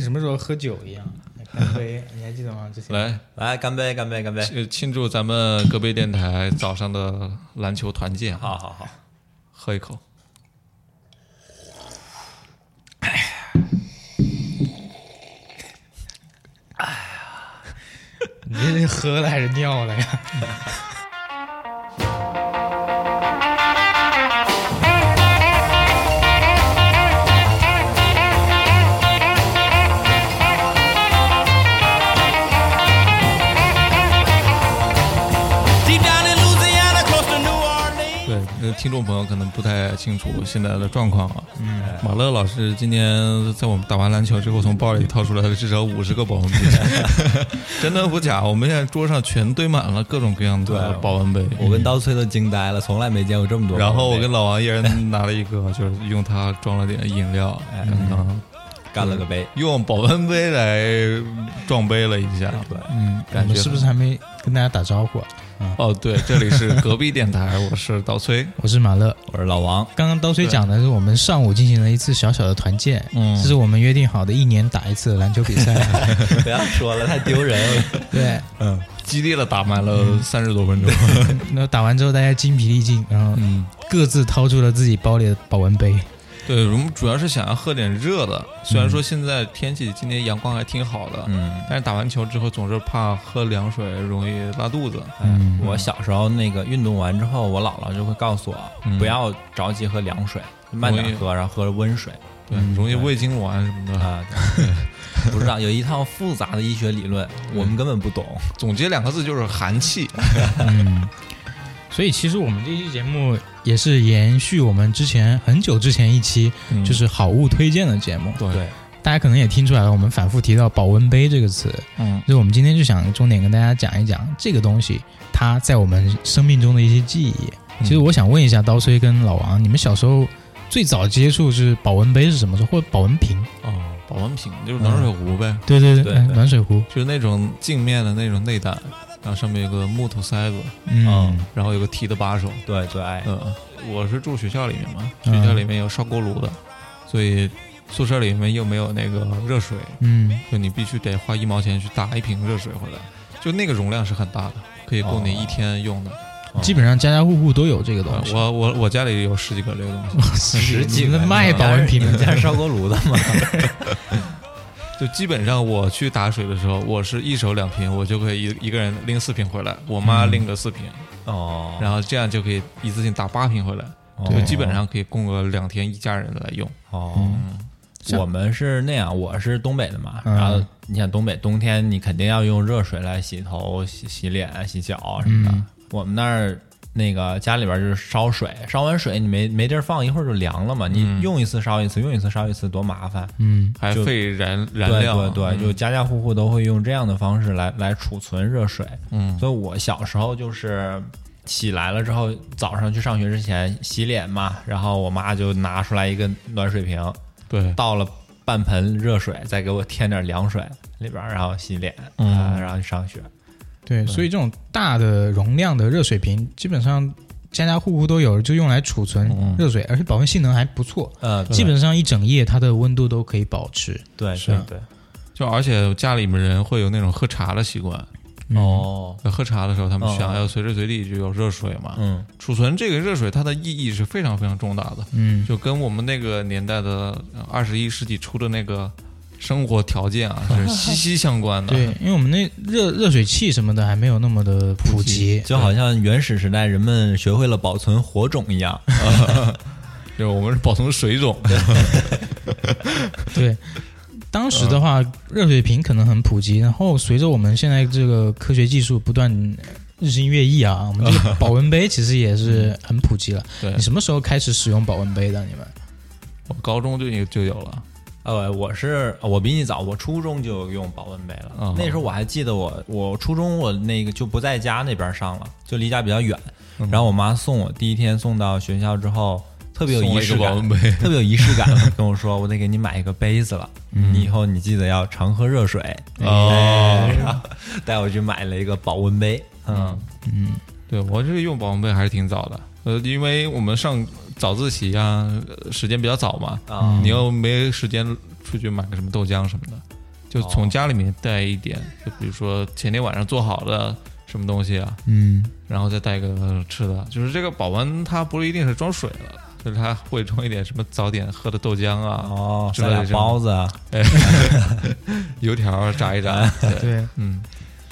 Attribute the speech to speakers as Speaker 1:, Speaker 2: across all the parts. Speaker 1: 什么时候喝酒一样。干杯，你还记得吗？之前
Speaker 2: 来
Speaker 3: 来，哎干杯，干杯，干杯！
Speaker 2: 呃庆祝咱们戈贝电台早上的篮球团建，啊
Speaker 3: 好好好，
Speaker 2: 喝一口。
Speaker 1: 你这是喝了还是尿了呀？
Speaker 4: Deep down in Louisiana, close to New Orleans.
Speaker 2: 对，那听众朋友可能不太清楚现在的状况啊。嗯，马乐老师今年在我们打完篮球之后，从包里掏出来了至少五十个保温 杯，真的不假？我们现在桌上全堆满了各种各样的
Speaker 3: 对
Speaker 2: 保温杯。嗯
Speaker 3: 我跟刀崔都惊呆了，从来没见过这么多。
Speaker 2: 然后我跟老王一人拿了一个，就是用它装了点饮料，
Speaker 3: 哎
Speaker 2: 刚刚
Speaker 3: 干了个杯，
Speaker 2: 用保温杯来撞杯了一下。
Speaker 3: 对，
Speaker 1: 嗯，
Speaker 2: 感觉
Speaker 1: 我们是不是还没跟大家打招呼啊？
Speaker 2: 哦，对，这里是隔壁电台，我是刀崔。
Speaker 1: 我是马乐。
Speaker 3: 我是 老王，
Speaker 1: 刚刚刀崔讲的是我们上午进行了一次小小的团建，
Speaker 2: 嗯
Speaker 1: 这是我们约定好的一年打一次的篮球比 赛。
Speaker 3: 不要说了，太丢人了。
Speaker 1: 对，
Speaker 3: 嗯，
Speaker 2: 激烈的打满了三十多分钟，
Speaker 1: 那打完之后大家筋疲力尽，然后
Speaker 2: 嗯，
Speaker 1: 各自掏出了自己包里的保温杯。
Speaker 2: 对，我们主要是想要喝点热的。虽然说现在天气今天阳光还挺好的，
Speaker 3: 嗯，
Speaker 2: 但是打完球之后总是怕喝凉水容易拉肚子。
Speaker 1: 嗯，
Speaker 3: 哎我小时候那个运动完之后，我姥姥就会告诉我，
Speaker 2: 嗯
Speaker 3: 不要着急喝凉水，慢点喝，然后喝温水
Speaker 2: 对，容易胃痉挛什么的。
Speaker 3: 啊。 对不知道有一套复杂的医学理论，我们根本不懂。
Speaker 2: 总结两个字就是寒气。
Speaker 1: 嗯，所以其实我们这期节目也是延续我们之前很久之前一期
Speaker 2: 嗯
Speaker 1: 就是好物推荐的节目。
Speaker 2: 对，
Speaker 3: 对，
Speaker 1: 大家可能也听出来了，我们反复提到保温杯这个词，
Speaker 2: 嗯，
Speaker 1: 所以我们今天就想重点跟大家讲一讲这个东西，它在我们生命中的一些记忆。
Speaker 2: 嗯
Speaker 1: 其实我想问一下刀崔跟老王，你们小时候最早接触是保温杯是什么时候，或者保温瓶？
Speaker 2: 哦，保温瓶就是暖水壶呗，
Speaker 1: 对对
Speaker 3: 对
Speaker 1: 嗯
Speaker 3: 对
Speaker 1: 暖水壶。
Speaker 2: 就是那种镜面的那种内胆，然后上面有个木头塞子，
Speaker 1: 嗯
Speaker 3: 嗯，
Speaker 2: 然后有个提的把手。
Speaker 3: 对哎 对，
Speaker 2: 嗯，我是住学校里面嘛，学
Speaker 1: 嗯
Speaker 2: 校里面有烧锅炉的，所以宿舍里面又没有那个热水，
Speaker 1: 嗯
Speaker 2: 就你必须得花一毛钱去打一瓶热水回来，就那个容量是很大的，可以供你一天用的。
Speaker 1: 基本上家家户户都有
Speaker 3: 哦
Speaker 1: 这个
Speaker 2: 呃
Speaker 1: 东西。
Speaker 2: 我我我家里有十几个这个东 西，
Speaker 3: 十几 个
Speaker 1: 你们卖保温瓶
Speaker 3: 你
Speaker 1: 的
Speaker 3: 们 家是烧锅炉的吗？
Speaker 2: 就基本上我去打水的时候，我是一手两瓶，我就可以一一个人拎四瓶回来，我妈拎个四瓶，
Speaker 3: 哦，
Speaker 2: 然后这样就可以一次性打八瓶回来，
Speaker 3: 后
Speaker 2: 就基本上可以供个两天一家人来用。
Speaker 3: 哦。
Speaker 2: 嗯，
Speaker 1: 像
Speaker 3: 我们是那样，我是东北的嘛，
Speaker 1: 嗯
Speaker 3: 然后你想东北冬天，你肯定要用热水来洗头、洗洗脸、洗脚什么的。
Speaker 1: 嗯
Speaker 3: 我们那儿那个家里边就是烧水，烧完水你没没地儿放，一会儿就凉了嘛。
Speaker 2: 嗯
Speaker 3: 你用一次烧一次，用一次烧一次，多麻烦。
Speaker 1: 嗯
Speaker 2: 还
Speaker 3: 就
Speaker 2: 费燃燃
Speaker 3: 对
Speaker 2: 料啊，
Speaker 3: 对对，就家家户户都会用这样的方式来来储存热水。
Speaker 2: 嗯
Speaker 3: 所以我小时候就是起来了之后，早上去上学之前洗脸嘛，然后我妈就拿出来一个暖水瓶，
Speaker 2: 对，
Speaker 3: 倒了半盆热水，再给我添点凉水里边儿，然后洗脸，
Speaker 2: 嗯
Speaker 3: 啊然后上学。
Speaker 1: 对，所以这种大的容量的热水瓶，基本上家家户户都有，就用来储存
Speaker 2: 嗯
Speaker 1: 热水，而且保温性能还不错，
Speaker 2: 呃
Speaker 3: 嗯，
Speaker 1: 基本上一整夜它的温度都可以保持。
Speaker 3: 对
Speaker 1: 是
Speaker 3: 对对。
Speaker 2: 就而且家里面人会有那种喝茶的习惯，
Speaker 1: 嗯
Speaker 3: 哦，
Speaker 2: 喝茶的时候他们
Speaker 3: 哦
Speaker 2: 想要随时随地就有热水嘛，
Speaker 3: 嗯，
Speaker 2: 储存这个热水它的意义是非常非常重大的，
Speaker 1: 嗯，
Speaker 2: 就跟我们那个年代的二十一世纪初的那个生活条件 啊是息息相关的。
Speaker 1: 对，因为我们那热热水器什么的还没有那么的普及，
Speaker 3: 就好像原始时代人们学会了保存火种一样。
Speaker 2: 就是我们是保存水种，
Speaker 1: 对。当时的话，热水瓶可能很普及，然后随着我们现在这个科学技术不断日新月异啊，我们这个保温杯其实也是很普及了。
Speaker 2: 对
Speaker 1: 你，什么时候开始使用保温杯的？你们？
Speaker 2: 我高中就有就有了，
Speaker 3: 呃，我是我比你早，我初中就用保温杯了。
Speaker 2: 哦
Speaker 3: 那时候我还记得我，我初中我那个就不在家那边上了，就离家比较远。
Speaker 2: 嗯
Speaker 3: 然后我妈送我，第一天送到学校之后，特别有
Speaker 2: 送
Speaker 3: 仪
Speaker 2: 了一
Speaker 3: 式
Speaker 2: 个保
Speaker 3: 感
Speaker 2: 温，杯，
Speaker 3: 特别有仪式感，跟我说我得给你买一个杯子了，你以后你记得要常喝热水
Speaker 2: 哦
Speaker 3: 哎然后 带我去买了一个保温杯，嗯，
Speaker 2: 对我这个用保温杯还是挺早的，呃，因为我们上早自习啊，呃时间比较早嘛，
Speaker 3: 啊
Speaker 2: 你又没时间出去买个什么豆浆什么的，就从家里面带一点，就比如说前天晚上做好的什么东西啊，
Speaker 1: 嗯，
Speaker 2: 然后再带一个吃的。就是这个保温它不一定是装水了，就是它会装一点什么早点喝的豆浆啊、
Speaker 3: 哦，
Speaker 2: 之
Speaker 3: 塞
Speaker 2: 类
Speaker 3: 俩
Speaker 2: 的这种
Speaker 3: 包子啊，
Speaker 2: 油条炸一炸。对，
Speaker 1: 对。
Speaker 2: 嗯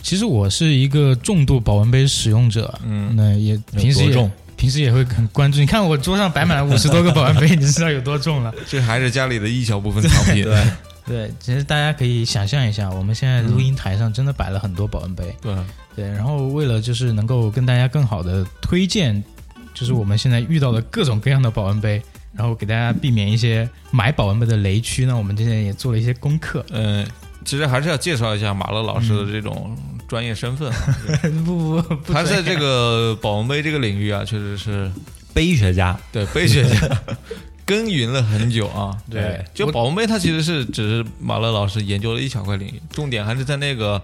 Speaker 1: 其实我是一个重度保温杯使用者，
Speaker 2: 嗯，
Speaker 1: 那也平时
Speaker 3: 有多
Speaker 1: 也
Speaker 3: 重
Speaker 1: 平时也会很关注。你看我桌上 摆满了五十多个保温杯，你知道有多重 了。
Speaker 2: 这还是家里的一小部分藏品。对
Speaker 1: 对，其实大家可以想象一下，我们现在录音台上真的摆了很多保温杯。
Speaker 2: 对，
Speaker 1: 对，然后为了就是能够跟大家更好的推荐，就是我们现在遇到的各种各样的保温杯，
Speaker 3: 嗯
Speaker 1: 然后给大家避免一些买保温杯的雷区呢，我们之前也做了一些功 课。
Speaker 2: 嗯，其实还是要介绍一下马乐老师的这种专业身份啊。
Speaker 1: 不不不不，
Speaker 2: 他在这个保温杯这个领域啊，确实是
Speaker 3: 杯学家，
Speaker 2: 对杯学家 耕耘了很久啊。
Speaker 3: 对，
Speaker 2: 就保温杯，它其实是只是马乐老师研究了一小块领域，重点还是在那个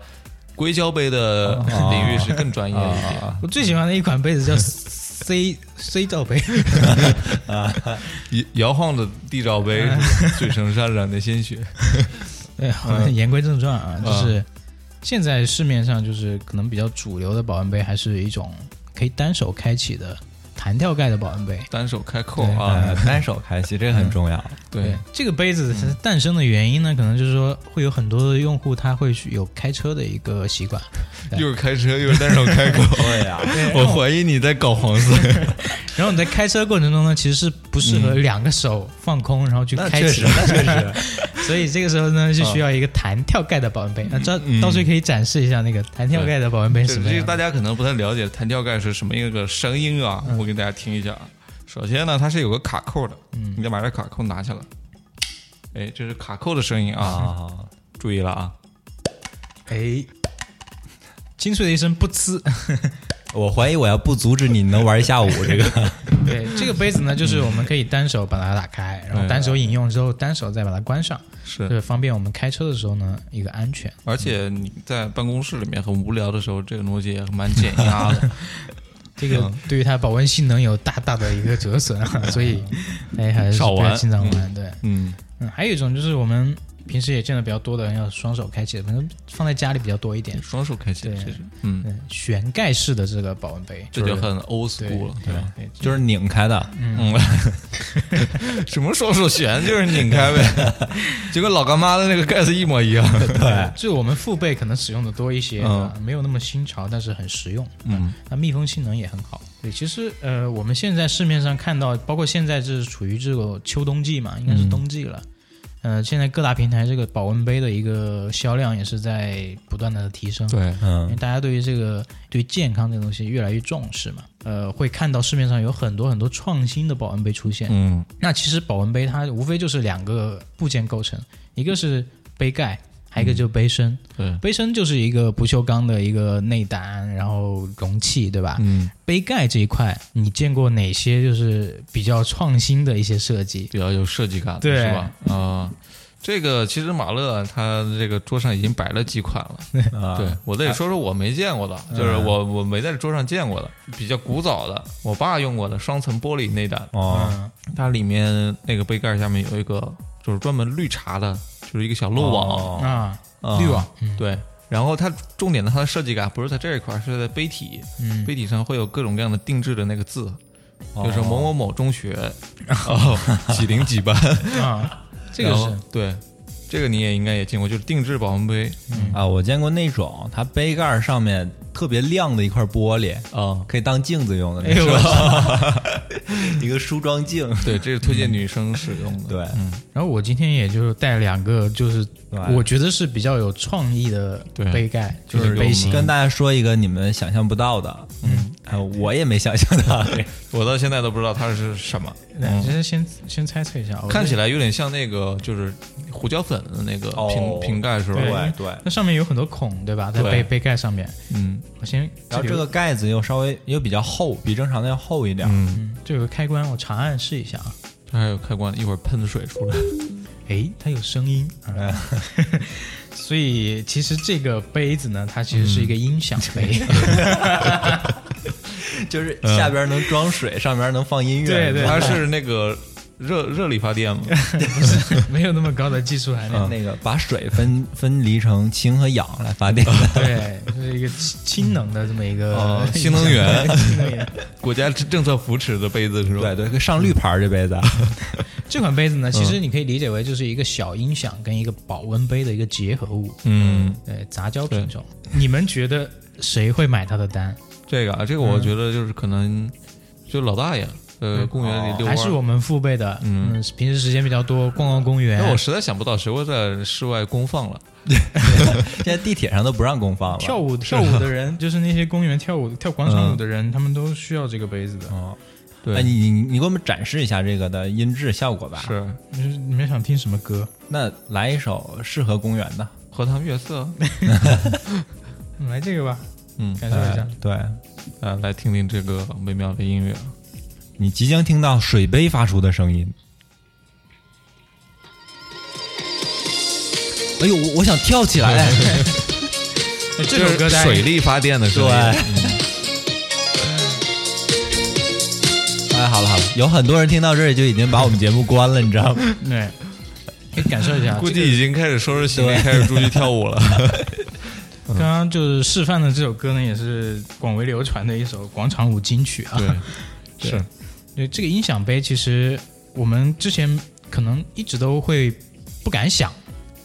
Speaker 2: 硅胶杯的
Speaker 3: 哦
Speaker 2: 领域是更专业一点。
Speaker 3: 啊
Speaker 1: 我最喜欢的一款杯子叫 C C 罩杯，
Speaker 2: 摇摇晃的地罩杯 是嘴唇上染的鲜血。
Speaker 1: 对，好言归正传啊，就是现在市面上就是可能比较主流的保温杯，还是一种可以单手开启的弹跳盖的保温杯。
Speaker 2: 单手开扣
Speaker 3: 呃
Speaker 2: 啊，
Speaker 3: 单手开启这个很重要。
Speaker 2: 对，
Speaker 1: 这个杯子它诞生的原因呢，可能就是说会有很多的用户他会去有开车的一个习惯，对
Speaker 2: 又是开车又是单手开口。
Speaker 3: 对 呀，
Speaker 2: 我怀疑你在搞黄色，
Speaker 1: 然后你在开车过程中呢，其实是不适合两个手放空，然后去
Speaker 3: 那
Speaker 1: 开
Speaker 3: 确
Speaker 1: 启
Speaker 3: 实，， 那确实，
Speaker 1: 所以这个时候呢，就需要一个弹跳盖的保温杯。那这
Speaker 2: 嗯
Speaker 1: 到时候可以展示一下那个弹跳盖的保温杯是什么
Speaker 2: 这个
Speaker 1: 样
Speaker 2: 大
Speaker 1: 的。
Speaker 2: 家可能不太了解弹跳盖是什么一个声音啊，
Speaker 1: 嗯
Speaker 2: 我给大家听一下。啊。首先呢，它是有个卡扣的，
Speaker 1: 嗯
Speaker 2: 你得把这卡扣拿下来。哎，这是卡扣的声音啊，
Speaker 3: 啊，
Speaker 2: 注意了啊，
Speaker 1: 哎，清脆的一声不呲。
Speaker 3: 我怀疑我要不阻止你，你能玩一下午这个。
Speaker 1: 对，这个杯子呢，就是我们可以单手把它打开，然后
Speaker 2: 嗯
Speaker 1: 单手饮用之后，单手再把它关上，
Speaker 2: 是
Speaker 1: 就是方便我们开车的时候呢一个安全。
Speaker 2: 而且你在办公室里面很无聊的时候，这个东西也蛮减压 的。
Speaker 1: 这
Speaker 2: 嗯
Speaker 1: 个对于它保温性能有大大的一个折损啊， 所以哎还是
Speaker 2: 少
Speaker 1: 不
Speaker 2: 玩
Speaker 1: 要经常玩。对，
Speaker 2: 嗯，
Speaker 1: 嗯，还有一种就是我们平时也见的比较多的，要双手开启的，可能放在家里比较多一点。
Speaker 2: 双手开启，
Speaker 1: 对
Speaker 2: 其实，嗯，
Speaker 1: 嗯，悬盖式的这个保温杯，
Speaker 2: 这就很 old school 了，对吧？哎
Speaker 1: 对，就
Speaker 3: 就是拧开的，
Speaker 2: 嗯，
Speaker 1: 嗯
Speaker 2: 什么双手旋就是拧开呗， 就跟老干妈的那个盖子一模一样。
Speaker 3: 对，
Speaker 1: 就嗯我们父辈可能使用的多一些，
Speaker 2: 哎嗯
Speaker 1: 啊没有那么新潮，但是很实用。
Speaker 2: 嗯，
Speaker 1: 那密封性能也很好。对，其实呃，我们现在市面上看到，包括现在这是处于这个秋冬季嘛，应该是
Speaker 2: 嗯
Speaker 1: 冬季了。呃，现在各大平台这个保温杯的一个销量也是在不断的提升。。
Speaker 2: 对，
Speaker 1: 因为
Speaker 3: 嗯，
Speaker 1: 大家对于这个对健康这个东西越来越重视嘛，呃，会看到市面上有很多很多创新的保温杯出现。
Speaker 2: 嗯，
Speaker 1: 那其实保温杯它无非就是两个部件构成，一个是杯盖，还有一个就是杯身。
Speaker 2: 嗯对，
Speaker 1: 杯身就是一个不锈钢的一个内胆，然后容器，对吧？
Speaker 2: 嗯，
Speaker 1: 杯盖这一块，你见过哪些就是比较创新的一些设计？
Speaker 2: 比较有设计感的，
Speaker 1: 对
Speaker 2: 是吧？啊、这个其实马乐他这个桌上已经摆了几款了，
Speaker 3: 啊
Speaker 2: 对，我得说说我没见过的，就是我我没在桌上见过的，比较古早的，我爸用过的双层玻璃内胆，
Speaker 3: 哦，
Speaker 1: 嗯，
Speaker 2: 它里面那个杯盖下面有一个就是专门滤茶的，就是一个小漏网，
Speaker 3: 哦
Speaker 1: 啊，
Speaker 2: 啊
Speaker 1: 滤网，
Speaker 2: 对。然后它重点的它的设计感不是在这一块儿，是在杯体，
Speaker 1: 嗯
Speaker 2: 杯体上会有各种各样的定制的那个字，
Speaker 3: 哦
Speaker 2: 就是某某某中学，哦，几零几班，
Speaker 1: 啊，这个
Speaker 2: 然后
Speaker 1: 是
Speaker 2: 对，这个你也应该也见过，就是定制保温杯
Speaker 3: 啊，我见过那种，它杯盖上面特别亮的一块玻璃，
Speaker 2: 啊。
Speaker 3: 可以当镜子用的那
Speaker 1: 哎呦
Speaker 3: 种， 一个梳妆镜。
Speaker 2: 对，这是推荐女生使用 的。
Speaker 3: 对，
Speaker 1: 然后我今天也就带两个，就是
Speaker 3: 对
Speaker 1: 我觉得是比较有创意的
Speaker 2: 对
Speaker 1: 杯盖，就
Speaker 2: 就是
Speaker 1: 是
Speaker 2: 给我
Speaker 1: 杯
Speaker 2: 们
Speaker 1: 型。
Speaker 3: 跟大家说一个你们想象不到的，嗯，啊，我也没想象到，
Speaker 2: 我到现在都不知道它是什么，
Speaker 1: 对，其实先先猜测一下，哦我
Speaker 2: 嗯看起
Speaker 1: 来
Speaker 2: 来有点像那个就是胡椒粉的那个
Speaker 3: 哦
Speaker 2: 瓶瓶盖是吧？
Speaker 1: 对
Speaker 3: 对对。
Speaker 1: 那上面有很多孔，对吧？在
Speaker 2: 对
Speaker 1: 杯杯盖上面，
Speaker 2: 嗯，
Speaker 1: 我先
Speaker 3: 然后
Speaker 1: 里
Speaker 3: 这
Speaker 1: 有
Speaker 3: 个盖子又稍微又比较厚，比正常的要厚一点。
Speaker 1: 嗯这有个开关，我长按试一下啊。
Speaker 2: 这还有开关，一会儿喷水出来。
Speaker 1: 诶，哎它有声音，啊、 所以其实这个杯子呢，它其实是一个音响杯，
Speaker 3: 就是下边能装水，上边能放音乐。
Speaker 1: 嗯对 对
Speaker 2: 它是那个热热力发电嘛，
Speaker 1: 没有那么高的技术含量。
Speaker 3: 那个把水分分离成氢和氧来发电，
Speaker 1: 嗯对，就是一个氢氢能的这么一个
Speaker 2: 哦新能 源
Speaker 1: 新能源。
Speaker 2: 国家政策扶持的杯子是吧？
Speaker 3: 对对，上绿牌儿这杯子啊，
Speaker 1: 这款杯子呢，其实你可以理解为就是一个小音响跟一个保温杯的一个结合物，
Speaker 2: 嗯，
Speaker 1: 对，杂交品种。你们觉得谁会买它的单？
Speaker 2: 这个啊，这个我觉得就是可能就老大爷，呃，公园里遛弯
Speaker 1: 嗯哦还是我
Speaker 2: 儿。
Speaker 1: 们父辈的，嗯，平时时间比较多，逛逛公园
Speaker 2: 哎那，我实在想不到谁会在室外公放了。
Speaker 3: 现在地铁上都不让公放了。
Speaker 1: 跳舞跳舞的 人，就是那些公园跳舞、跳广场舞的人，他们都需要这个杯子的。
Speaker 3: 哎，
Speaker 2: 对，
Speaker 3: 你你你给我们展示一下这个的音质效果吧。，
Speaker 2: 是
Speaker 1: 嗯就是你们想听什么歌？
Speaker 3: 那来一首适合公园的，
Speaker 2: 荷塘月色，
Speaker 1: 嗯来这个吧，
Speaker 2: 嗯，
Speaker 1: 感受一下
Speaker 3: 哎。对，
Speaker 2: 啊，来听听这个美妙的音乐。
Speaker 3: 你即将听到水杯发出的声音。哎呦，我我想跳起来！
Speaker 1: 哎这首歌
Speaker 2: 就是
Speaker 1: 大家
Speaker 2: 水力发电的声
Speaker 3: 对，
Speaker 2: 音，
Speaker 3: 哎，好了好了，有很多人听到这里就已经把我们节目关了，你知 道吗？
Speaker 1: 对，可以感受一 下。
Speaker 2: 估计已经开始收拾行李，开始出去跳舞了。
Speaker 1: 这个刚刚就是示范的这首歌呢，也是广为流传的一首广场舞金曲啊。
Speaker 2: 对，
Speaker 1: 对
Speaker 2: 是
Speaker 1: 对，这个音响杯其实我们之前可能一直都会不敢想，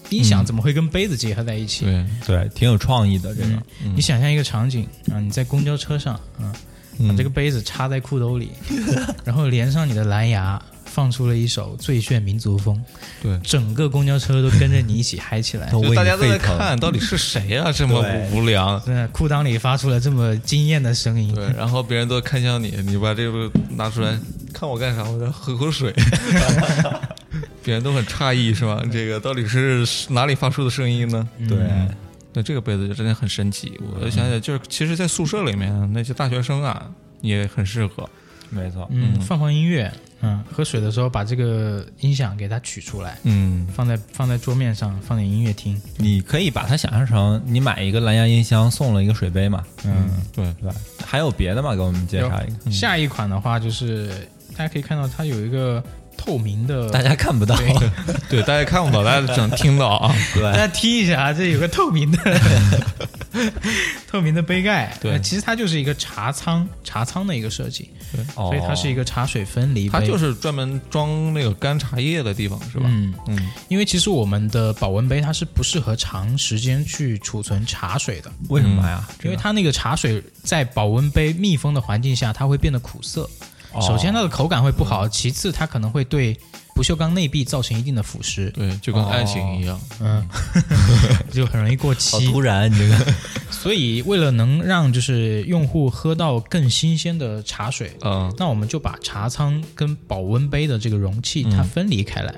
Speaker 1: 音响怎么会跟杯子结合在一起？
Speaker 2: 对，
Speaker 3: 对，挺有创意的这个
Speaker 1: 嗯。你想象一个场景啊，你在公交车上啊，把
Speaker 2: 嗯
Speaker 1: 这个杯子插在裤兜里， 然后连上你的蓝牙，放出了一首最炫民族风，
Speaker 2: 对
Speaker 1: 整个公交车都跟着你一起嗨起来
Speaker 3: 都。
Speaker 2: 就
Speaker 3: 为
Speaker 2: 大
Speaker 3: 你
Speaker 2: 家都
Speaker 3: 沸
Speaker 2: 在
Speaker 3: 腾。
Speaker 2: 看到底是谁啊，这么
Speaker 3: 对
Speaker 2: 无良。
Speaker 1: 真的，裤裆里发出了这么惊艳的声音，
Speaker 2: 对，然后别人都看向你，你把这个拿出来，看我干啥？我在喝口 水。别人都很诧异，是吧？这个到底是哪里发出的声音呢？
Speaker 3: 对，
Speaker 2: 那这个杯子就真的很神奇。我想想，就是其实，在宿舍里面那些大学生啊，也很适合。
Speaker 3: 没错。
Speaker 1: 嗯，放放音乐，嗯，喝水的时候把这个音响给它取出来，
Speaker 2: 嗯，
Speaker 1: 放在放在桌面上，放点音乐听，
Speaker 3: 你可以把它想象成你买一个蓝牙音箱送了一个水杯嘛，
Speaker 1: 嗯，
Speaker 2: 对，
Speaker 3: 对吧？还有别的吗？给我们介绍一个，
Speaker 1: 下一款的话就是大家可以看到它有一个透明的，
Speaker 3: 大家看不到。
Speaker 1: 对
Speaker 2: 对，大家看不到，大家只能听到啊。
Speaker 1: 大
Speaker 3: 对
Speaker 1: 家听一下啊，这有个透明的 透明的杯盖，
Speaker 2: 对
Speaker 1: 呃其实它就是一个茶仓茶仓的一个设计，
Speaker 3: 哦
Speaker 1: 所以它是一个茶水分离杯，
Speaker 2: 它就是专门装那个干茶叶的地方，是吧？
Speaker 1: 嗯，
Speaker 2: 嗯，
Speaker 1: 因为其实我们的保温杯它是不适合长时间去储存茶水的，
Speaker 3: 为什么呀？
Speaker 1: 嗯因为它那个茶水在保温杯密封的环境下，它会变得苦涩。
Speaker 3: 哦
Speaker 1: 首先，它的口感会不好，其次它可能会对不锈钢内壁造成一定的腐蚀，
Speaker 2: 对，就跟爱情一样。
Speaker 1: 嗯， 就很容易过
Speaker 3: 好
Speaker 1: 期。
Speaker 3: 哦
Speaker 2: 啊
Speaker 3: 突然，你这个
Speaker 1: 所以为了能让就是用户喝到更新鲜的茶水，
Speaker 2: 嗯，
Speaker 1: 那我们就把茶仓跟保温杯的这个容器它分离开来。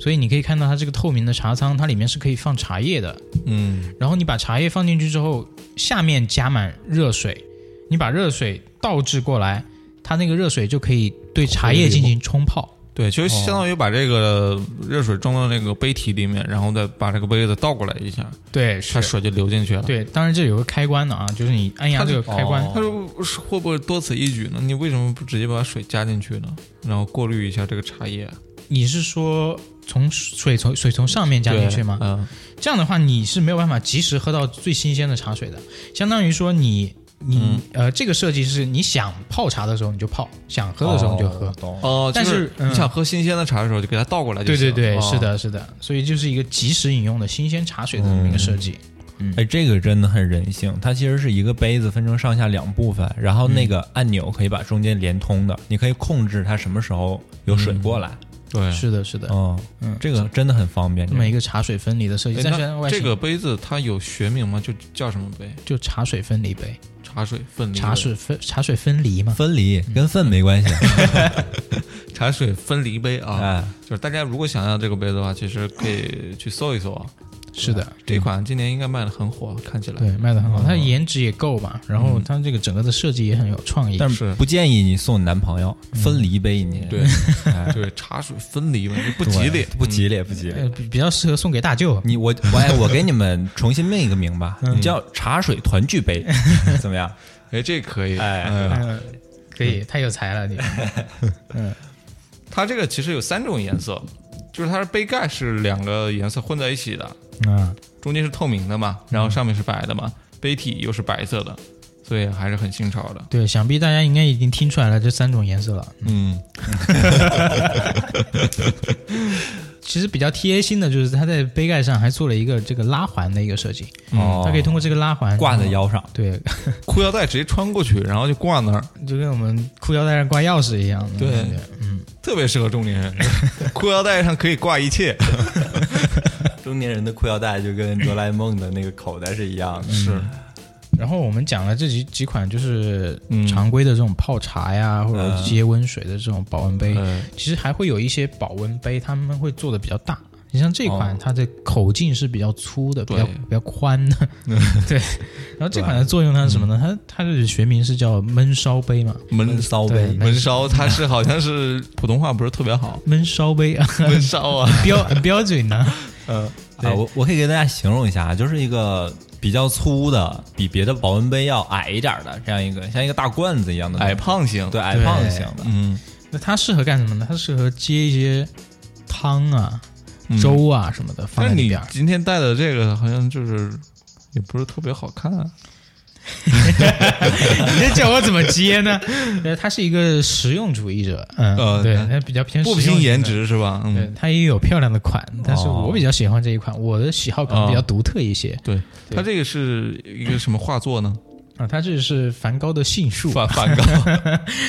Speaker 1: 所以你可以看到它这个透明的茶仓，它里面是可以放茶叶的。
Speaker 2: 嗯，
Speaker 1: 然后你把茶叶放进去之后，下面加满热水，你把热水倒置过来，它那个热水就可以对茶叶进行冲泡。
Speaker 2: 对，就相当于把这个热水装到那个杯体里面，然后再把这个杯子倒过来一下，
Speaker 1: 对，
Speaker 2: 它水就流进去了。，
Speaker 1: 对，当然这有个开关的啊，就是哦你按压这个开关，
Speaker 2: 他说是会不会多此一举呢？你为什么不直接把水加进去呢？然后过滤一下这个茶叶
Speaker 1: 你是说从水从水从上面加进去吗？
Speaker 2: 嗯，
Speaker 1: 这样的话你是没有办法及时喝到最新鲜的茶水的，相当于说你你、
Speaker 2: 嗯
Speaker 1: 呃这个设计是你想泡茶的时候你就泡，想喝的时候你就喝。
Speaker 3: 懂
Speaker 2: 哦，
Speaker 1: 但
Speaker 2: 就是
Speaker 1: 嗯
Speaker 2: 你想喝新鲜的茶的时候，就给它倒过来就
Speaker 1: 对对
Speaker 2: 行
Speaker 1: 对，
Speaker 2: 哦
Speaker 1: 是的，是的，所以就是一个及时饮用的新鲜茶水的这么一个设计。嗯
Speaker 3: 哎，这个真的很人性。它其实是一个杯子分成上下两部分，然后
Speaker 1: 嗯
Speaker 3: 那个按钮可以把中间连通的，你可以控制它什么时候有水
Speaker 1: 嗯
Speaker 3: 过来。
Speaker 2: 对。
Speaker 1: 是的，是的，
Speaker 2: 哦
Speaker 3: 嗯，这个真的很方便。
Speaker 1: 这么一个茶水分离的设计，
Speaker 2: 哎
Speaker 1: 但
Speaker 2: 那
Speaker 1: 是
Speaker 2: 这个杯子它有学名吗？就叫什么杯？
Speaker 1: 就茶水分离杯，
Speaker 2: 茶水分离杯
Speaker 1: 茶水分茶水分离嘛，
Speaker 3: 分离跟粪没关系。
Speaker 2: 茶水分离杯
Speaker 1: 嗯
Speaker 2: 啊，
Speaker 3: 哎，
Speaker 2: 就是大家如果想要这个杯子的话，其实可以去搜一搜啊。
Speaker 1: 是的，
Speaker 2: 这款今年应该卖的哦很火，看起来
Speaker 1: 对，卖的很好，它颜值也够吧，然后它这个整个的设计也很有创意。
Speaker 3: 但
Speaker 2: 是
Speaker 3: 不建议你送你男朋友
Speaker 1: 嗯
Speaker 3: 分离杯，你哎
Speaker 2: 对 对，茶水分离嘛，就不
Speaker 3: 对
Speaker 2: 吉利，
Speaker 3: 不吉利，不吉利。
Speaker 1: 呃，比比较适合送给大舅，
Speaker 3: 你我我哎，我给你们重新命一个名吧，
Speaker 1: 嗯
Speaker 3: 你叫茶水团聚 杯，怎么样？
Speaker 2: 哎，这可以，
Speaker 3: 哎
Speaker 2: 嗯
Speaker 1: 嗯，可以，太有才了你。
Speaker 2: 它它这个其实有三种颜色，就是它的杯盖是两个颜色混在一起的，
Speaker 1: 啊，
Speaker 2: 中间是透明的嘛，然后上面是白的
Speaker 1: 嗯
Speaker 2: 嘛，杯体又是白色的，所以还是很新潮的。
Speaker 1: 对，想必大家应该已经听出来了这三种颜色了。
Speaker 2: 嗯，
Speaker 1: 其实比较贴心的就是它在杯盖上还做了一个这个拉环的一个设计，嗯
Speaker 3: 哦
Speaker 1: 它可以通过这个拉环嗯
Speaker 3: 挂在。腰上，
Speaker 1: 对，
Speaker 2: 裤腰带直接穿过去，然后就挂那儿，
Speaker 1: 就跟我们裤腰带上挂钥匙一样的
Speaker 2: 对
Speaker 1: 感觉。嗯，
Speaker 2: 特别适合中年人。 裤腰带上可以挂一切，
Speaker 3: 中年人的裤腰带就跟哆啦 A 梦的那个口袋是一样的。嗯
Speaker 2: 是
Speaker 1: 然后我们讲了这几几款就是
Speaker 2: 嗯
Speaker 1: 常规的这种泡茶呀，或者接温水的这种保温杯，
Speaker 2: 呃
Speaker 1: 其实还会有一些保温杯，他们会做的比较大。你像这款，
Speaker 3: 哦
Speaker 1: 它的口径是比较粗的，比较
Speaker 2: 对
Speaker 1: 比较宽的， 对。然后这款的作用它是什么呢？它它的学名是叫焖烧杯嘛，
Speaker 2: 闷
Speaker 3: 闷骚
Speaker 1: 对
Speaker 3: 杯，
Speaker 2: 闷烧，它是好像是普通话不是特别好，
Speaker 1: 焖烧杯 啊，
Speaker 2: 闷烧啊，
Speaker 1: 标标准呢？对
Speaker 3: 啊，我我可以给大家形容一下，就是一个比较粗的，比别的保温杯要矮一点儿的这样一个，像一个大罐子一样的
Speaker 2: 矮，胖型。
Speaker 3: 对，矮
Speaker 1: 对
Speaker 3: 胖型的。
Speaker 2: 嗯，
Speaker 1: 那它适合干什么呢？它适合接一些汤啊、
Speaker 2: 嗯
Speaker 1: 粥啊什么的放
Speaker 2: 但
Speaker 1: 在
Speaker 2: 是
Speaker 1: 里
Speaker 2: 你
Speaker 1: 边儿。
Speaker 2: 今天戴的这个好像就是也不是特别好看、啊。
Speaker 1: 你这叫我怎么接呢？ 呃，他是一个实用主义者，嗯，
Speaker 2: 呃
Speaker 1: 对，
Speaker 2: 那
Speaker 1: 他比较偏
Speaker 2: 不
Speaker 1: 实用
Speaker 2: 拼
Speaker 1: 型
Speaker 2: 颜
Speaker 1: 的，
Speaker 2: 值是吧？
Speaker 1: 对
Speaker 2: 嗯，
Speaker 1: 他也有漂亮的款，但是我比较喜欢这一款，我的喜好可能比较
Speaker 2: 哦
Speaker 1: 独特一些
Speaker 2: 对，
Speaker 1: 对
Speaker 2: 它这个是一个什么画作 呢？
Speaker 1: 啊。它这是梵高的杏树，
Speaker 2: 梵 梵高，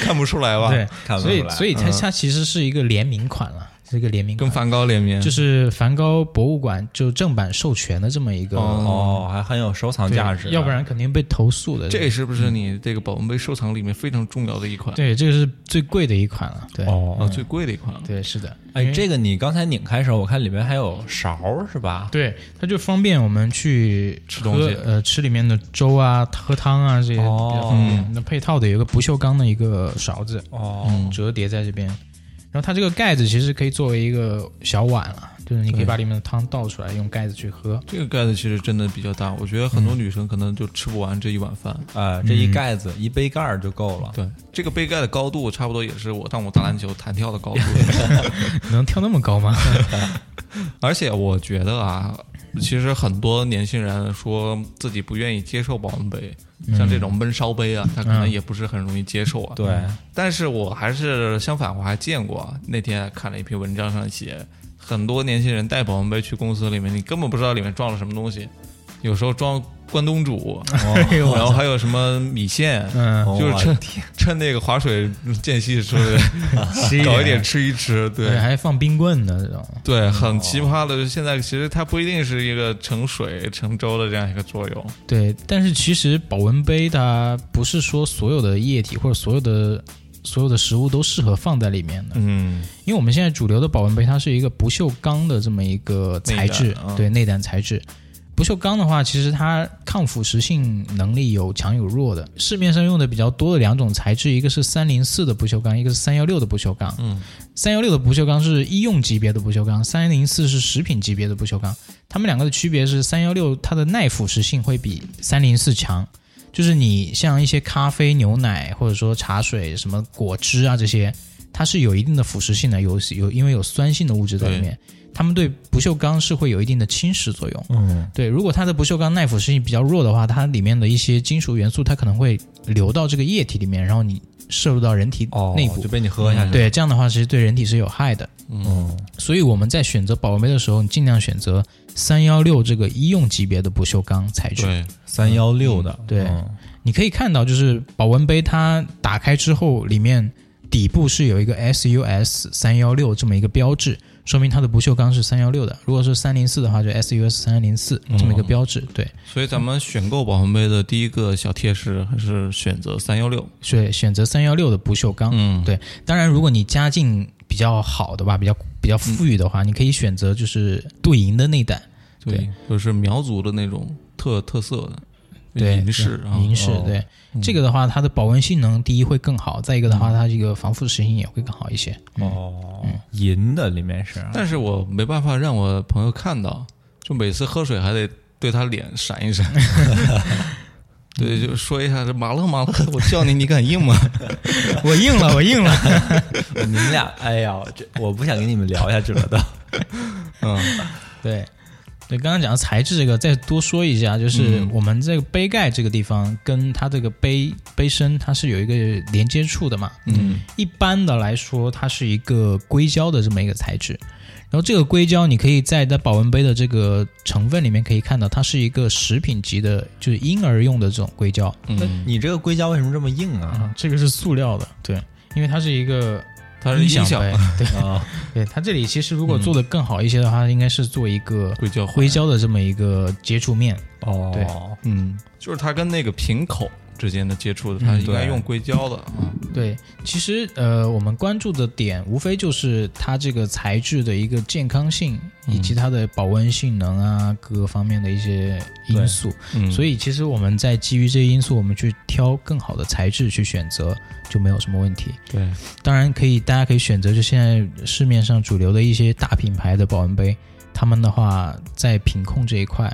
Speaker 2: 看不出来吧？
Speaker 1: 对，
Speaker 3: 看不
Speaker 1: 所以
Speaker 3: 出来
Speaker 1: 所以它
Speaker 2: 嗯
Speaker 1: 它其实是一个联名款了，是一个联名
Speaker 2: 跟
Speaker 1: 款，
Speaker 2: 梵高联名，
Speaker 1: 就是梵高博物馆就正版授权的这么一个
Speaker 3: 哦，还很有收藏
Speaker 1: 嗯对
Speaker 3: 价值的，
Speaker 1: 要不然肯定被投诉的。
Speaker 2: 啊这是不是你这个保温杯收藏里面非常重要的一款？
Speaker 1: 对，这个是最贵的一款了，对，嗯
Speaker 2: 啊，
Speaker 3: 哦，
Speaker 2: 最贵的一款了。
Speaker 1: 对，是的，
Speaker 3: 哎
Speaker 1: 因，为
Speaker 3: 这个你刚才拧开的时候，我看里面还有勺儿是吧？
Speaker 1: 对，它就方便我们去
Speaker 2: 吃东西
Speaker 1: 喝呃，吃里面的粥啊、喝汤啊这些比较方便。
Speaker 2: 哦
Speaker 1: 那配套的有一个不锈钢的一个勺子，
Speaker 3: 哦，
Speaker 1: 折叠在这边。然后它这个盖子其实可以作为一个小碗了，就是你可以
Speaker 2: 对
Speaker 1: 把里面的汤倒出来，用盖子去喝。
Speaker 2: 这个盖子其实真的比较大，我觉得很多女生可能就吃不完这一碗饭。
Speaker 1: 嗯
Speaker 2: 啊
Speaker 3: 呃，这一盖子一杯盖儿就够了。
Speaker 2: 对，这个杯盖的高度差不多也是我当我打篮球弹跳的高 度。
Speaker 1: 能跳那么高吗？
Speaker 2: 而且我觉得啊，其实很多年轻人说自己不愿意接受保温杯，像
Speaker 1: 嗯
Speaker 2: 这种闷烧杯啊，他可能也不是很容易接受啊。
Speaker 3: 对，哦
Speaker 2: 但是我还是相反，我还见过啊那天看了一篇文章上写，很多年轻人带保温杯去公司里面，你根本不知道里面装了什么东西，有时候装关东煮，
Speaker 1: 哎呦
Speaker 2: 然后还有什么米线。
Speaker 1: 嗯，
Speaker 2: 就是
Speaker 3: 这
Speaker 2: 趁趁那个划水间隙出 来搞一点吃一吃，对
Speaker 1: 对，，还放冰棍呢，这种。
Speaker 2: 对，很奇葩的。现在其实它不一定是一个盛水盛粥的这样一个作用，
Speaker 1: 对，但是其实保温杯它不是说所有的液体或者所有的所有的食物都适合放在里面的，
Speaker 2: 嗯，
Speaker 1: 因为我们现在主流的保温杯，它是一个不锈钢的这么一个材质
Speaker 2: 内，胆啊
Speaker 1: 对内胆材质。不锈钢的话，其实它抗腐蚀性能力有强有弱的。市面上用的比较多的两种材质，一个是三零四的不锈钢，一个是三幺六的不锈钢。
Speaker 2: 嗯，
Speaker 1: 三幺六的不锈钢是医用级别的不锈钢，三零四是食品级别的不锈钢。它们两个的区别是，三幺六它的耐腐蚀性会比三零四强，就是你像一些咖啡、牛奶或者说茶水、什么果汁啊这些，它是有一定的腐蚀性的，有有因为有酸性的物质在里面，它们对不锈钢是会有一定的侵蚀作用。
Speaker 3: 嗯，
Speaker 1: 对，如果它的不锈钢耐腐蚀性比较弱的话，它里面的一些金属元素它可能会流到这个液体里面，然后你摄入到人体
Speaker 3: 哦，
Speaker 1: 内部。
Speaker 3: 就被你喝
Speaker 2: 嗯
Speaker 3: 下去。，
Speaker 1: 对，这样的话其实对人体是有害的。
Speaker 3: 嗯，
Speaker 1: 所以我们在选择保温杯的时候，你尽量选择三幺六这个医用级别的不锈钢材质。
Speaker 2: 对，
Speaker 3: 三幺六的，
Speaker 1: 对
Speaker 3: 嗯
Speaker 1: 你可以看到，就是保温杯它打开之后，里面底部是有一个 SUS 三幺六这么一个标志，说明它的不锈钢是三幺六的。如果是三零四的话，就 SUS 三零四
Speaker 2: 嗯
Speaker 1: 这么一个标志。对，
Speaker 2: 所以咱们选购保温杯的第一个小贴士还是选择三幺六，
Speaker 1: 所以选择三幺六的不锈钢。
Speaker 2: 嗯
Speaker 1: 对当然，如果你家境比较好的吧，比较比较富裕的
Speaker 2: 嗯
Speaker 1: 话，你可以选择就是镀银的内胆。
Speaker 2: 对，就是苗族的那种特特色的
Speaker 1: 对，
Speaker 2: 银饰啊，
Speaker 1: 银饰嗯
Speaker 2: 哦，
Speaker 1: 对、这个的话，它的保温性能第一会更好，再一个的话，它这个防腐蚀性也会更好一些。
Speaker 3: 哦，银的里面是，啊
Speaker 2: 但是我没办法让我朋友看到，就每次喝水还得对他脸闪一闪。对，就说一下这马勒马勒，我叫你，你敢应吗？
Speaker 1: 我硬了，我硬了。
Speaker 3: 你们俩， 哎呀，这我不想跟你们聊下去 了都。
Speaker 2: 嗯，
Speaker 1: 对，对，刚刚讲的材质这个，再多说一下，就是我们这个杯盖这个地方跟它这个杯杯身它是有一个连接处的嘛。
Speaker 2: 嗯，
Speaker 1: 一般的来说，它是一个硅胶的这么一个材质。然后这个硅胶，你可以在它保温杯的这个成分里面可以看到，它是一个食品级的，就是婴儿用的这种硅胶。
Speaker 3: 那
Speaker 2: 嗯，
Speaker 3: 你这个硅胶为什么这么硬啊？，
Speaker 1: 这个是塑料的，对，因为它是一个
Speaker 2: 它是
Speaker 1: 音
Speaker 2: 音
Speaker 1: 响
Speaker 2: 响
Speaker 1: 杯， 对
Speaker 3: 啊，
Speaker 1: 对，它这里其实如果做的更好一些的话，它应该是做一个
Speaker 2: 硅胶环
Speaker 1: 硅，胶的这么一个接触面。
Speaker 3: 哦，
Speaker 1: 对
Speaker 2: 嗯，就是它跟那个瓶口之间的接触的，它
Speaker 1: 嗯
Speaker 2: 应该
Speaker 3: 对
Speaker 2: 用硅胶的啊。
Speaker 1: 对，其实呃，我们关注的点无非就是它这个材质的一个健康性，
Speaker 2: 嗯
Speaker 1: 以及它的保温性能啊，各个方面的一些因素。
Speaker 2: 嗯，
Speaker 1: 所
Speaker 2: 以
Speaker 1: 以其实我们在基于这些因素，我们去挑更好的材质去选择，就没有什么问题。
Speaker 2: 对，
Speaker 1: 当然可以，大家可以选择就现在市面上主流的一些大品牌的保温杯，他们的话在品控这一块，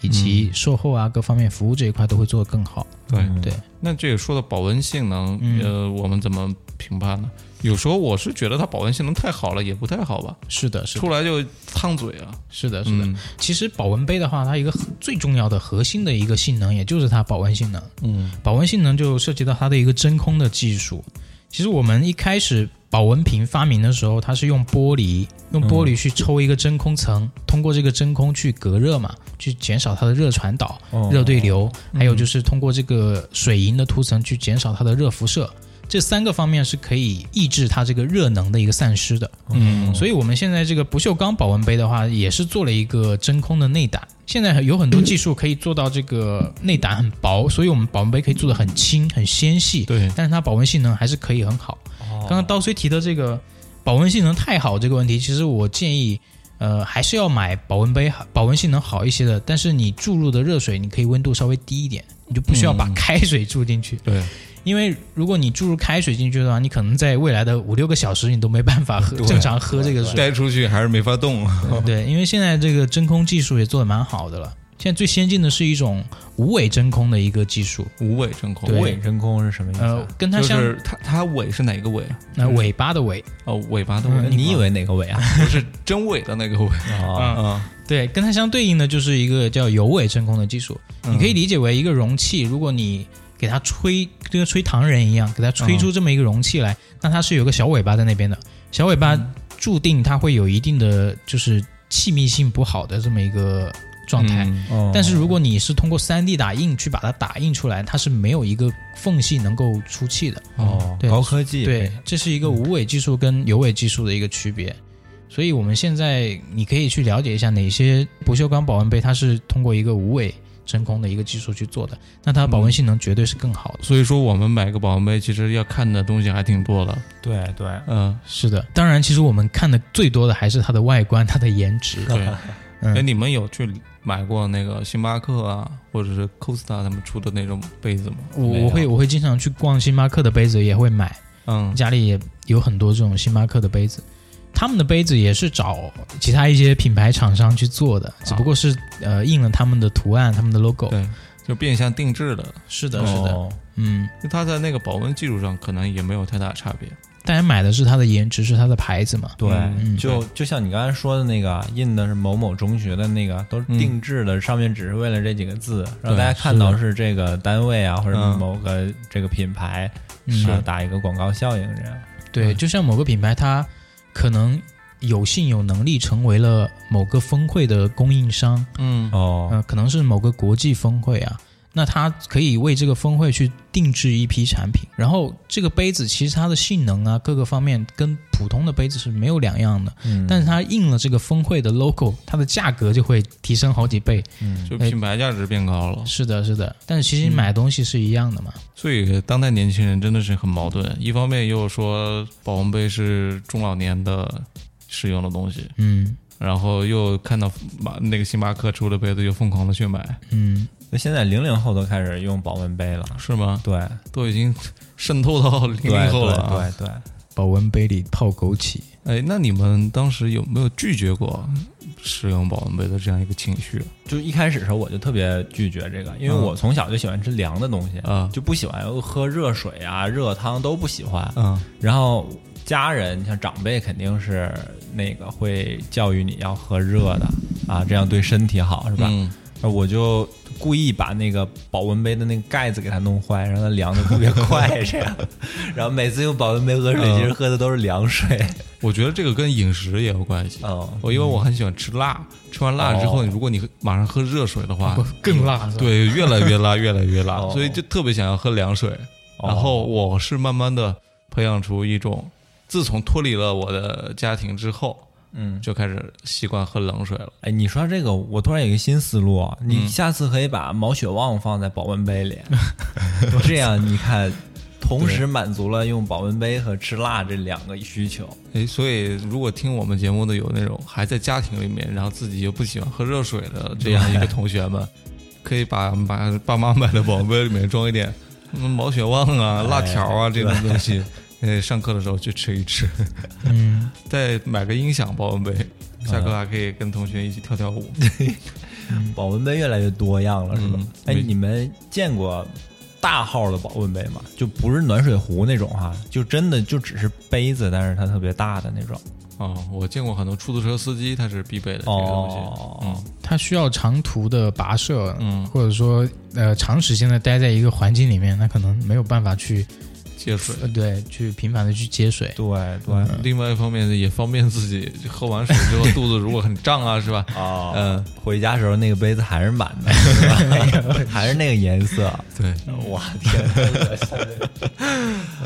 Speaker 1: 以及售后啊各方面服务这一块都会做得更好。
Speaker 2: 对
Speaker 3: 嗯
Speaker 1: 对
Speaker 2: 那这个说到保温性能，
Speaker 1: 嗯
Speaker 2: 呃，我们怎么评判呢？有时候我是觉得它保温性能太好了，也不太好吧，
Speaker 1: 是的，是的
Speaker 2: 出，来就烫嘴啊。
Speaker 1: 是的，是的。
Speaker 2: 嗯
Speaker 1: 其实保温杯的话，它一个最重要的核心的一个性能，也就是它保温性能。
Speaker 2: 嗯
Speaker 1: 保温性能就涉及到它的一个真空的技术。其实我们一开始保温瓶发明的时候，它是用玻璃，用玻璃去抽一个真空层，通过这个真空去隔热嘛，去减少它的热传导、
Speaker 3: 哦
Speaker 1: 热对流，还有就是通过这个水银的涂层去减少它的热辐射。这三个方面是可以抑制它这个热能的一个散失的。
Speaker 2: 嗯
Speaker 1: 所以我们现在这个不锈钢保温杯的话，也是做了一个真空的内胆。现在有很多技术可以做到这个内胆很薄，所以我们保温杯可以做的很轻、很纤细，
Speaker 2: 对，
Speaker 1: 但是它保温性能还是可以很好。
Speaker 3: 哦
Speaker 1: 刚刚刀虽提的这个保温性能太好这个问题，其实我建议，呃，还是要买保温杯保温性能好一些的，但是你注入的热水你可以温度稍微低一点，你就不需要把
Speaker 2: 嗯
Speaker 1: 开水注进去。
Speaker 2: 对，
Speaker 1: 因为如果你注入开水进去的话，你可能在未来的五六个小时你都没办法喝
Speaker 2: 对
Speaker 1: 正常喝这个水。
Speaker 2: 带出去还是没法动。
Speaker 1: 对，因为现在这个真空技术也做得蛮好的了。现在最先进的是一种无尾真空的一个技术，
Speaker 2: 无尾真空，
Speaker 1: 对
Speaker 3: 无尾真空是什么意思
Speaker 1: 呃
Speaker 3: 啊？，
Speaker 1: 跟它
Speaker 2: 嗯就
Speaker 1: 相
Speaker 2: 是嗯它它尾是哪个尾？啊
Speaker 1: 呃尾巴的尾，
Speaker 2: 哦，尾巴的尾。
Speaker 3: 你以为哪个尾啊？
Speaker 2: 不是真尾的那个尾
Speaker 3: 啊，
Speaker 1: 嗯，
Speaker 2: 啊？
Speaker 1: 对，跟它相对应的就是一个叫有尾真空的技术。
Speaker 2: 嗯
Speaker 1: 你可以理解为一个容器，如果你给它吹，就跟吹糖人一样，给它吹出这么一个容器
Speaker 2: 嗯
Speaker 1: 来，那它是有个小尾巴在那边的，小尾巴注定它会有一定的就是气密性不好的这么一个状态。
Speaker 2: 嗯
Speaker 3: 哦
Speaker 1: 但是如果你是通过 3D 打印去把它打印出来，它是没有一个缝隙能够出气的。嗯
Speaker 3: 哦，
Speaker 1: 对
Speaker 3: 高科技
Speaker 1: 对，这是一个无尾技术跟有尾技术的一个区别。所以我们现在你可以去了解一下哪些不锈钢保温杯，它是通过一个无尾真空的一个技术去做的，那它的保温性能绝对是更好
Speaker 3: 嗯
Speaker 1: 的。
Speaker 2: 所以说，我们买个保温杯，其实要看的东西还挺多的。
Speaker 3: 对对，
Speaker 2: 嗯，
Speaker 1: 是的，当然，其实我们看的最多的还是它的外观，它的颜值。
Speaker 2: 对。哎，
Speaker 1: 嗯，
Speaker 2: 你们有去买过那个星巴克啊，或者是 Costa 他们出的那种杯子吗？
Speaker 1: 我
Speaker 3: 没有
Speaker 1: 嗯我会我会经常去逛星巴克的杯子，也会买。
Speaker 2: 嗯，
Speaker 1: 家里也有很多这种星巴克的杯子，他们的杯子也是找其他一些品牌厂商去做的，只不过是呃印了他们的图案、他们的 logo。
Speaker 2: 对，就变相定制的。
Speaker 1: 是的，是的，
Speaker 3: 哦
Speaker 1: 嗯，
Speaker 2: 就它在那个保温技术上，可能也没有太大差别。
Speaker 1: 大家买的是它的颜值，是它的牌子嘛？
Speaker 3: 对，
Speaker 1: 嗯
Speaker 3: 就就像你刚才说的那个印的是某某中学的那个，都是定制的，上面只是为了这几个字，让
Speaker 2: 对
Speaker 3: 大家看
Speaker 1: 是的
Speaker 3: 到是这个单位啊，或者
Speaker 2: 嗯
Speaker 3: 某个这个品牌，
Speaker 1: 嗯
Speaker 3: 啊打一个广告效应这样。
Speaker 1: 对，就像某个品牌，它可能有幸有能力成为了某个峰会的供应商，
Speaker 2: 嗯
Speaker 3: 哦，
Speaker 1: 呃，可能是某个国际峰会啊，那它可以为这个峰会去定制一批产品，然后这个杯子其实它的性能啊，各个方面跟普通的杯子是没有两样的，
Speaker 3: 嗯
Speaker 1: 但是它印了这个峰会的 logo，它的价格就会提升好几倍。
Speaker 3: 嗯
Speaker 2: 就品牌价值变高了。
Speaker 1: 是的，嗯是的，但是其实买东西是一样的嘛。
Speaker 2: 所以，当代年轻人真的是很矛盾。一方面又说保温杯是中老年的使用的东西，
Speaker 1: 嗯
Speaker 2: 然后又看到马那个星巴克出的杯子，又疯狂的去买，
Speaker 1: 嗯，
Speaker 3: 那现在零零后都开始用保温杯了，
Speaker 2: 是吗？
Speaker 3: 对，
Speaker 2: 都已经渗透到零
Speaker 3: 对
Speaker 2: 零后了、啊。
Speaker 3: 对对对，
Speaker 1: 保温杯里泡枸杞，
Speaker 2: 哎，那你们当时有没有拒绝过使用保温杯的这样一个情绪
Speaker 3: 就一开始的时候我就特别拒绝这个，因为
Speaker 2: 嗯
Speaker 3: 我从小就喜欢吃凉的东西，
Speaker 2: 啊
Speaker 3: 就不喜欢喝热水啊、热汤都不喜欢。
Speaker 2: 啊
Speaker 3: 然后家人像长辈肯定是那个会教育你要喝热的啊，这样对身体好
Speaker 2: 是
Speaker 3: 是
Speaker 2: 吧
Speaker 3: 吧？？那我就故意把那个保温杯的那个盖子给它弄坏，让它凉的特别快，这样。然后每次用保温杯喝水，
Speaker 2: 嗯
Speaker 3: 其实喝的都是凉水。
Speaker 2: 我觉得这个跟饮食也有关系。
Speaker 3: 哦
Speaker 2: 我因为我很喜欢吃辣，吃完辣之后，
Speaker 3: 哦
Speaker 2: 如果你马上喝热水的 话，
Speaker 1: 更辣，是吧，
Speaker 2: 对，越来越辣，越来越辣
Speaker 3: 哦，
Speaker 2: 所以就特别想要喝凉水。然后我是慢慢的培养出一种，自从脱离了我的家庭之后，
Speaker 3: 嗯，
Speaker 2: 就开始习惯喝冷水了。
Speaker 3: 哎，你说这个，我突然有一个新思路啊！你下次可以把毛血旺放在保温杯里，这样你看，同时满足了用保温杯和吃辣这两个需求。
Speaker 2: 哎，所以如果听我们节目的有那种还在家庭里面，然后自己又不喜欢喝热水的这样一个同学 们，可以把把爸妈买的保温杯里面装一点嗯毛血旺啊、辣条啊这种东西， 呃，上课的时候去吃一吃，
Speaker 1: 嗯，
Speaker 2: 再买个音响保温杯，
Speaker 3: 啊
Speaker 2: 下课还可以跟同学一起跳跳 舞。
Speaker 3: 保温杯越来越多样了，是吧
Speaker 2: 嗯？
Speaker 3: 哎，
Speaker 2: 没
Speaker 3: 你们见过大号的保温杯吗？就不是暖水壶那种哈、就真的就只是杯子，但是它特别大的那种。
Speaker 2: 哦，我见过很多出租车司机，他是必备的这个东西。
Speaker 3: 哦
Speaker 2: 嗯
Speaker 1: 它需要长途的跋涉，
Speaker 2: 嗯，
Speaker 1: 或者说呃长时间的待在一个环境里面，那可能没有办法去
Speaker 2: 接水。
Speaker 1: 呃对去频繁的去接水，
Speaker 3: 对对
Speaker 1: 嗯
Speaker 2: 另外一方面也方便自己喝完水之后肚子如果很胀啊，是 吧？
Speaker 3: 哦，
Speaker 2: 嗯，
Speaker 3: 回家时候那个杯子还是满 的，是吧还是那个颜色。
Speaker 2: 对，
Speaker 3: 哇天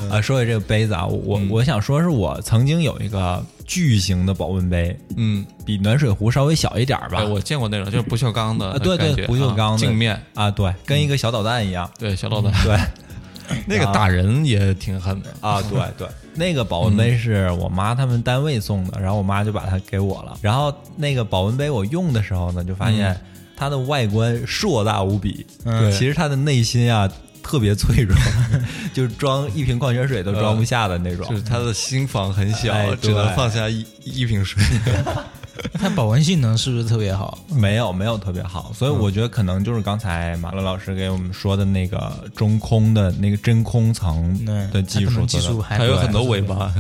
Speaker 3: 哪！啊，说起这个杯子啊，我我想说是我曾经有一个巨型的保温杯，
Speaker 2: 嗯，
Speaker 3: 比暖水壶稍微小一点儿吧
Speaker 2: 哎，。我见过那种就是不锈钢的
Speaker 3: 啊
Speaker 2: 感
Speaker 3: 对
Speaker 2: 觉，
Speaker 3: 对不锈钢的
Speaker 2: 啊镜面，
Speaker 3: 啊，对，跟一个小导弹一样。
Speaker 2: 对，小老板，
Speaker 3: 对
Speaker 2: 那个打人也挺狠的。
Speaker 3: 嗯啊，对对，那个保温杯
Speaker 1: 嗯
Speaker 3: 是我妈他们单位送的，然后我妈就把它给我了。然后那个保温杯我用的时候呢，就发现它的外观硕大无比，
Speaker 1: 嗯
Speaker 3: 其实它的内心啊特别脆弱， 就是装一瓶矿泉水都
Speaker 1: 嗯
Speaker 3: 装不下的那种。
Speaker 2: 就是他的心房很小，
Speaker 3: 哎对
Speaker 2: 只能放下一一瓶水。
Speaker 1: 它保温性能是不是特别好？
Speaker 3: 没有没有特别好，所以
Speaker 1: 嗯
Speaker 3: 我觉得可能就是刚才马乐老师给我们说的那个中空的那个真空层
Speaker 1: 对，
Speaker 3: 的技
Speaker 1: 它可
Speaker 3: 术
Speaker 1: 能
Speaker 3: 做
Speaker 1: 技
Speaker 3: 得，
Speaker 1: 术还
Speaker 2: 还有
Speaker 1: 不错
Speaker 2: 很多尾巴，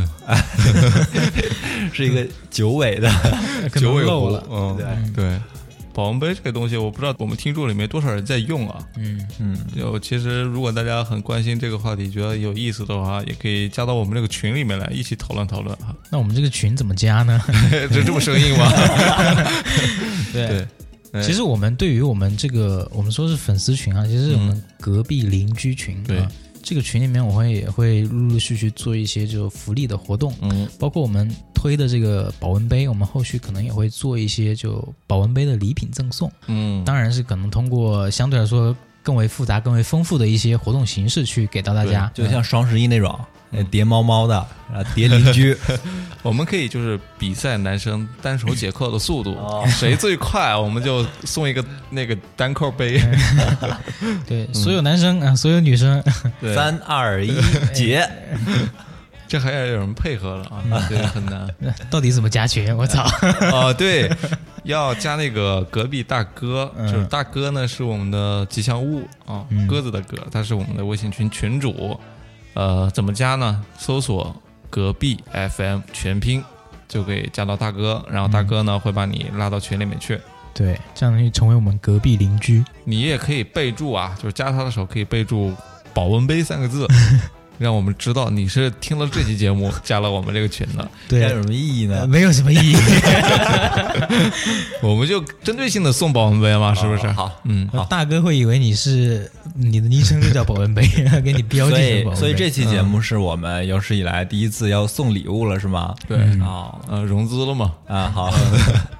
Speaker 3: 是一个九尾的，
Speaker 1: 可
Speaker 2: 九
Speaker 1: 能
Speaker 2: 尾
Speaker 1: 漏
Speaker 2: 狐
Speaker 1: 了，，
Speaker 2: 嗯，对。保温杯这个东西，我不知道我们听众里面多少人在用啊。
Speaker 1: 嗯，
Speaker 3: 嗯，
Speaker 2: 就其实，如果大家很关心这个话题，觉得有意思的话，也可以加到我们这个群里面来，一起讨论讨论啊。
Speaker 1: 那我们这个群怎么加呢？
Speaker 2: 这这么生硬吗？
Speaker 1: 对
Speaker 2: 对。哎
Speaker 1: 其实我们对于我们这个，我们说是粉丝群啊，其实是我们隔壁邻居群、啊，
Speaker 2: 对
Speaker 1: 这个群里面，我会也会陆陆续续做一些就福利的活动，
Speaker 2: 嗯，
Speaker 1: 包括我们推的这个保温杯，我们后续可能也会做一些就保温杯的礼品赠送，
Speaker 2: 嗯，
Speaker 1: 当然是可能通过相对来说更为复杂、更为丰富的一些活动形式去给到大家。
Speaker 3: 就像双十一那种，呃叠猫猫的，啊，叠邻居，
Speaker 2: 我们可以就是比赛男生单手解扣的速度
Speaker 3: 哦，
Speaker 2: 谁最快，我们就送一个那个单扣杯。
Speaker 1: 对，所有男生啊，所有女生，
Speaker 2: 对，
Speaker 3: 三二一，结。
Speaker 2: 这还要有人配合了啊，对，很难
Speaker 1: 到底怎么加群？我操！
Speaker 2: 啊。对，要加那个隔壁大哥，
Speaker 1: 嗯
Speaker 2: 就是大哥呢是我们的吉祥物啊
Speaker 1: 嗯，
Speaker 2: 鸽子的鸽，他是我们的微信群群主。呃，怎么加呢？搜索隔壁 FM 全拼。就可以加到大哥，然后大
Speaker 1: 嗯
Speaker 2: 哥呢、会把你拉到群里面去，
Speaker 1: 对，这样就成为我们隔壁邻居。
Speaker 2: 你也可以备注啊，就是加他的时候可以备注“保温杯”三 个字，让我们知道你是听了这期节目加了我们这个群的。
Speaker 3: 这
Speaker 1: 对
Speaker 3: 样，有什么意义
Speaker 1: 呃
Speaker 3: 呢？
Speaker 1: 没有什么 意义。
Speaker 2: 我们就针对性的送保温杯嘛，是不是？
Speaker 3: 好，
Speaker 2: 嗯，
Speaker 3: 好
Speaker 1: 哦大哥会以为你是你的昵称就叫保温杯， 给你标记成保
Speaker 3: 所以，
Speaker 1: 温杯。
Speaker 3: 所以这期节目是我们有史以来第一次要送礼物了，是吗？
Speaker 2: 对，
Speaker 3: 哦，
Speaker 2: 呃，融资了嘛，
Speaker 3: 啊，好，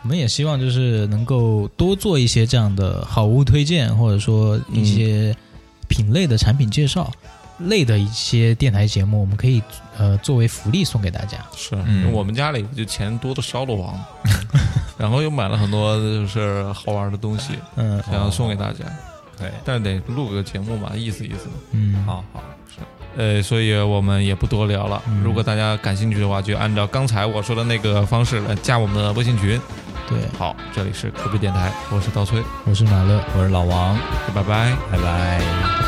Speaker 1: 我们也希望就是能够多做一些这样的好物推荐，或者说一些品类的产品介绍。类的一些电台节目，我们可以呃作为福利送给大家。
Speaker 2: 是、
Speaker 3: 嗯
Speaker 2: 因为我们家里就钱多的烧了王，然后又买了很多就是好玩的东西，
Speaker 1: 嗯
Speaker 2: 想要送给大家，
Speaker 3: 可以，
Speaker 2: 但是得录个节目嘛，意思意思。
Speaker 1: 嗯，，
Speaker 3: 好好，
Speaker 2: 呃，所以我们也不多聊了。
Speaker 1: 嗯
Speaker 2: 如果大家感兴趣的话，就按照刚才我说的那个方式来加我们的微信群，
Speaker 1: 对，
Speaker 2: 好，这里是科比电台，我是刀崔，
Speaker 1: 我是马乐。
Speaker 3: 我是老王，
Speaker 2: 拜拜。
Speaker 3: 拜拜。